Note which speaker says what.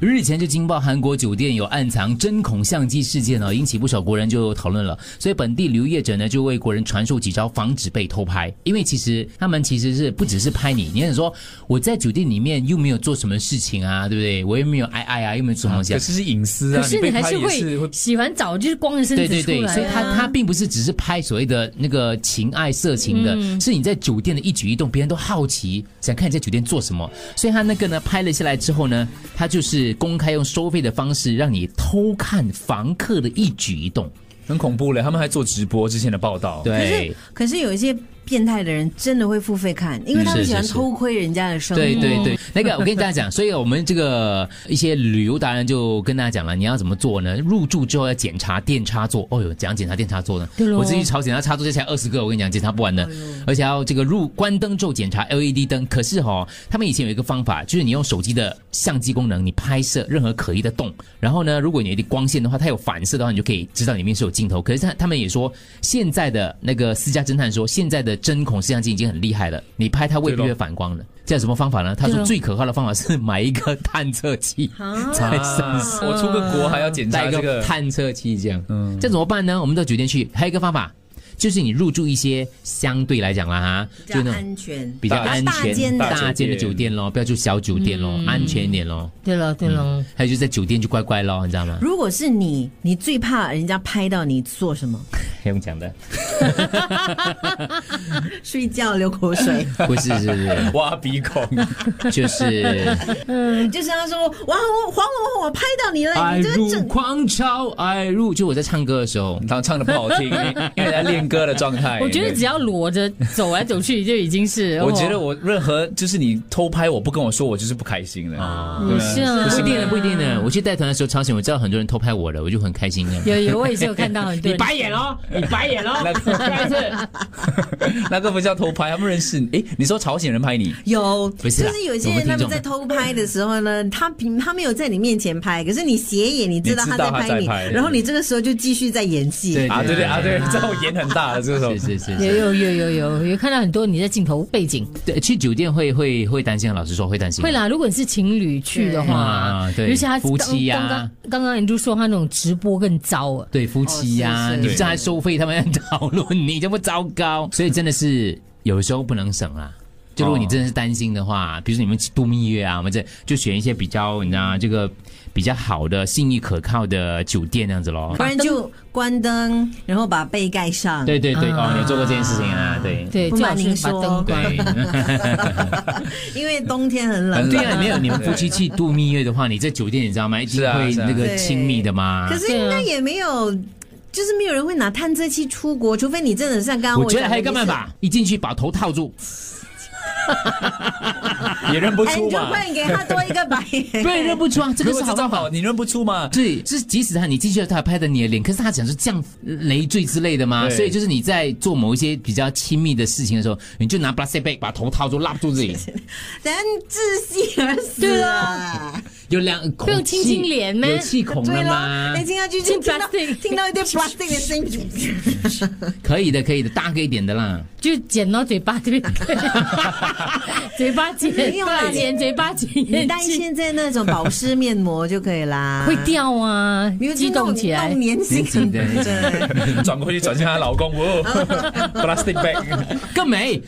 Speaker 1: 日前就惊爆韩国酒店有暗藏针孔相机事件哦呢，引起不少国人就有讨论了。所以本地旅游业者呢就为国人传授几招防止被偷拍，因为其实他们其实是不只是拍你，你想说我在酒店里面又没有做什么事情啊，对不对？我又没有挨挨啊，又没有什么东西、啊
Speaker 2: 可是是隐私啊，
Speaker 3: 可是
Speaker 2: 被
Speaker 3: 你
Speaker 2: 拍
Speaker 3: 还是
Speaker 2: 也
Speaker 3: 会
Speaker 2: 是会
Speaker 3: 喜欢找就是光着身
Speaker 1: 对
Speaker 3: 子
Speaker 1: 对
Speaker 3: 出来、
Speaker 1: 对，所
Speaker 3: 啊，
Speaker 1: 以他他并不是只是拍所谓的那个情爱色情的，
Speaker 3: 嗯
Speaker 1: 是你在酒店的一举一动，别人都好奇，想看你在酒店做什么。所以他那个呢拍了下来之后呢，他就是公开用收费的方式让你偷看房客的一举一动。
Speaker 2: 很恐怖嘞。他们还做直播之前的报道，，
Speaker 1: 对
Speaker 4: 是可是有一些变态的人真的会付费看，因为他
Speaker 1: 嗯
Speaker 4: 们
Speaker 1: 是
Speaker 4: 喜欢
Speaker 1: 是是
Speaker 4: 偷窥人家的生活。
Speaker 1: 对对对，那个我跟大家讲，所以我们这个一些旅游达人就跟大家讲了，你要怎么做呢？入住之后要检查电插座。哦哟，怎样检查电插座呢？
Speaker 3: 对咯哎
Speaker 1: 我自己朝检查插座这才二十个，我跟你讲，检查不完的。而且要这个入关灯之后检查 LED 灯。可是哈、哦，他们以前有一个方法，就是你用手机的相机功能，你拍摄任何可疑的洞，然后呢，如果你的光线的话，它有反射的话，你就可以知道里面是有镜头。可是他他们也说，现在的那个私家侦探说，现在的针孔摄像机已经很厉害了，你拍它未必
Speaker 2: 对咯
Speaker 1: 会反光的。这有什么方法呢？他
Speaker 3: 对
Speaker 1: 说
Speaker 3: 哦
Speaker 1: 最可靠的方法是买一个探测器，
Speaker 4: 啊，
Speaker 2: 才三十。我出个国还要检
Speaker 1: 带
Speaker 2: 查
Speaker 1: 一
Speaker 2: 这
Speaker 1: 个
Speaker 2: 个，
Speaker 1: 探测器这样。
Speaker 2: 嗯
Speaker 1: 这怎么办呢？我们到酒店去，还有一个方法，就是你入住一些相对来讲啦哈，
Speaker 4: 比
Speaker 1: 就
Speaker 4: 较
Speaker 1: 那种
Speaker 4: 安全。
Speaker 1: 比较安
Speaker 4: 大间
Speaker 1: 全、
Speaker 4: 的嗯
Speaker 1: 大间的
Speaker 2: 大酒
Speaker 1: 酒
Speaker 2: 店
Speaker 1: 店咯，不要住小酒店咯，安全一点咯。
Speaker 3: 对了对了。
Speaker 1: 还有就在酒店就乖乖咯，你知道吗？
Speaker 4: 如果是你，你最怕人家拍到你做 什么？
Speaker 1: 不用讲的，
Speaker 4: 睡觉流 口水，
Speaker 1: 不是是是，
Speaker 2: 挖鼻 孔，
Speaker 1: 就是
Speaker 4: 就是他说哇，我还我我拍到你了，
Speaker 1: 爱
Speaker 4: 你这个
Speaker 1: 入
Speaker 4: 正
Speaker 1: 狂潮，爱入，就我在唱歌的时候。
Speaker 2: 他唱的不好听，因为因为在练歌的状态。
Speaker 3: 我觉得
Speaker 2: 对
Speaker 3: 只要裸着走来走去就已经是，
Speaker 2: 我觉
Speaker 3: 哦
Speaker 2: 得我任何就是你偷拍我不跟我说，我就是不开心了。
Speaker 3: 不是啊，
Speaker 4: 嗯
Speaker 1: 不一定的，不一定的。我去带团的时候，朝鲜我知道很多人偷拍我的，我就很开心啊的。
Speaker 3: 有有，我也是有看到很多
Speaker 1: 你
Speaker 3: 人
Speaker 1: 白眼哦，你白眼哦，下一次
Speaker 2: 那个不叫偷拍，他们认识你。诶，你说朝鲜人拍你，
Speaker 4: 有，
Speaker 1: 不是啦
Speaker 4: 就是有
Speaker 1: 我
Speaker 4: 些
Speaker 1: 们听
Speaker 4: 人他
Speaker 1: 众
Speaker 4: 们在偷拍的时候呢，他平他没有在你面前拍，可是你斜眼，你知道
Speaker 2: 你知道
Speaker 4: 在
Speaker 2: 他在
Speaker 4: 拍你，
Speaker 2: 拍
Speaker 4: 然后你这个时候就继续在演
Speaker 1: 嗯
Speaker 4: 戏。
Speaker 1: 对
Speaker 2: 啊，对对啊，对，这我眼很大的这种
Speaker 1: 是。是是
Speaker 3: 有
Speaker 1: 是。
Speaker 3: 有有有有有看到很多你在镜头背景
Speaker 1: 对，去酒店会会会担心，老实说会担心。
Speaker 3: 会。啦。如果你是情侣去的话
Speaker 1: 啊，对
Speaker 3: 尤其他
Speaker 1: 夫妻呀
Speaker 3: 刚刚刚刚 Andrew 说他那种直播更糟啊，
Speaker 1: 对夫妻呀、
Speaker 4: 哦是是
Speaker 1: 你不是还收费，他们还讨论你这么糟糕，所以真的是有时候不能省啦。就如果你真的是担心的话，比如说你们度蜜月啊，我们这就选一些比较你知道这个比较好的、信誉可靠的酒店那样子咯
Speaker 4: 不。然就关灯，然后把被盖上。
Speaker 1: 对对对，哦，
Speaker 3: 啊
Speaker 1: 你有做过这件事情啊？对
Speaker 3: 对，
Speaker 4: 不
Speaker 3: 最好
Speaker 4: 瞒
Speaker 3: 是
Speaker 4: 您
Speaker 3: 把
Speaker 4: 说
Speaker 3: 灯关。
Speaker 1: 对。
Speaker 4: 因为冬天很冷。
Speaker 2: 很
Speaker 1: 对
Speaker 2: 冷
Speaker 1: 啊，没有你们夫妻去度蜜月的话，你在酒店你知道吗？一定
Speaker 2: 是啊
Speaker 1: 会
Speaker 2: 是啊
Speaker 1: 那个亲密的嘛。
Speaker 4: 可是
Speaker 3: 对啊
Speaker 4: 应该也没有，就是没有人会拿探测器出国，除非你真的像刚刚
Speaker 1: 我觉得
Speaker 4: 讲
Speaker 1: 还有
Speaker 4: 的
Speaker 1: 一个办法，一进去把头套住，
Speaker 2: 也认不
Speaker 4: 就是。
Speaker 2: 出啊
Speaker 4: Andrew
Speaker 2: 嘛。
Speaker 3: 哎
Speaker 4: 快给他多一个白眼。
Speaker 1: 对，认不出啊，这
Speaker 2: 如
Speaker 1: 个
Speaker 2: 果
Speaker 1: 是
Speaker 2: 是
Speaker 1: 好办
Speaker 2: 正
Speaker 1: 法
Speaker 2: 好。你认不出嘛？
Speaker 1: 对，就是即使他你进去了，他还拍的你的脸，可是他讲是降累赘之类的嘛，
Speaker 2: 对
Speaker 1: 所以就是你在做某一些比较亲密的事情的时候，你就拿 plastic bag 把头套住，拉住自己，
Speaker 4: 咱窒息而死。对啊，
Speaker 1: 有两不
Speaker 3: 用亲亲脸咩
Speaker 1: 有气孔
Speaker 4: 对
Speaker 1: 了
Speaker 4: 啦
Speaker 1: 吗，
Speaker 4: 你？听下去就
Speaker 3: 进
Speaker 4: 听到
Speaker 3: plastic
Speaker 4: 听到一堆 plastic 的声音。
Speaker 1: 可以的，可以的，大个一点的啦。
Speaker 3: 就剪到嘴巴这边，嘴巴剪，
Speaker 4: 没有啦
Speaker 3: 对剪嘴巴剪，
Speaker 4: 你戴
Speaker 3: 眼睛
Speaker 4: 现在那种保湿面膜就可以啦，
Speaker 3: 会掉啊
Speaker 4: 没有，
Speaker 3: 激动起来
Speaker 4: 弄。粘性很
Speaker 1: 粘性
Speaker 4: 对。
Speaker 2: 转过去转向她老公，哦，plastic bag。
Speaker 1: 更美。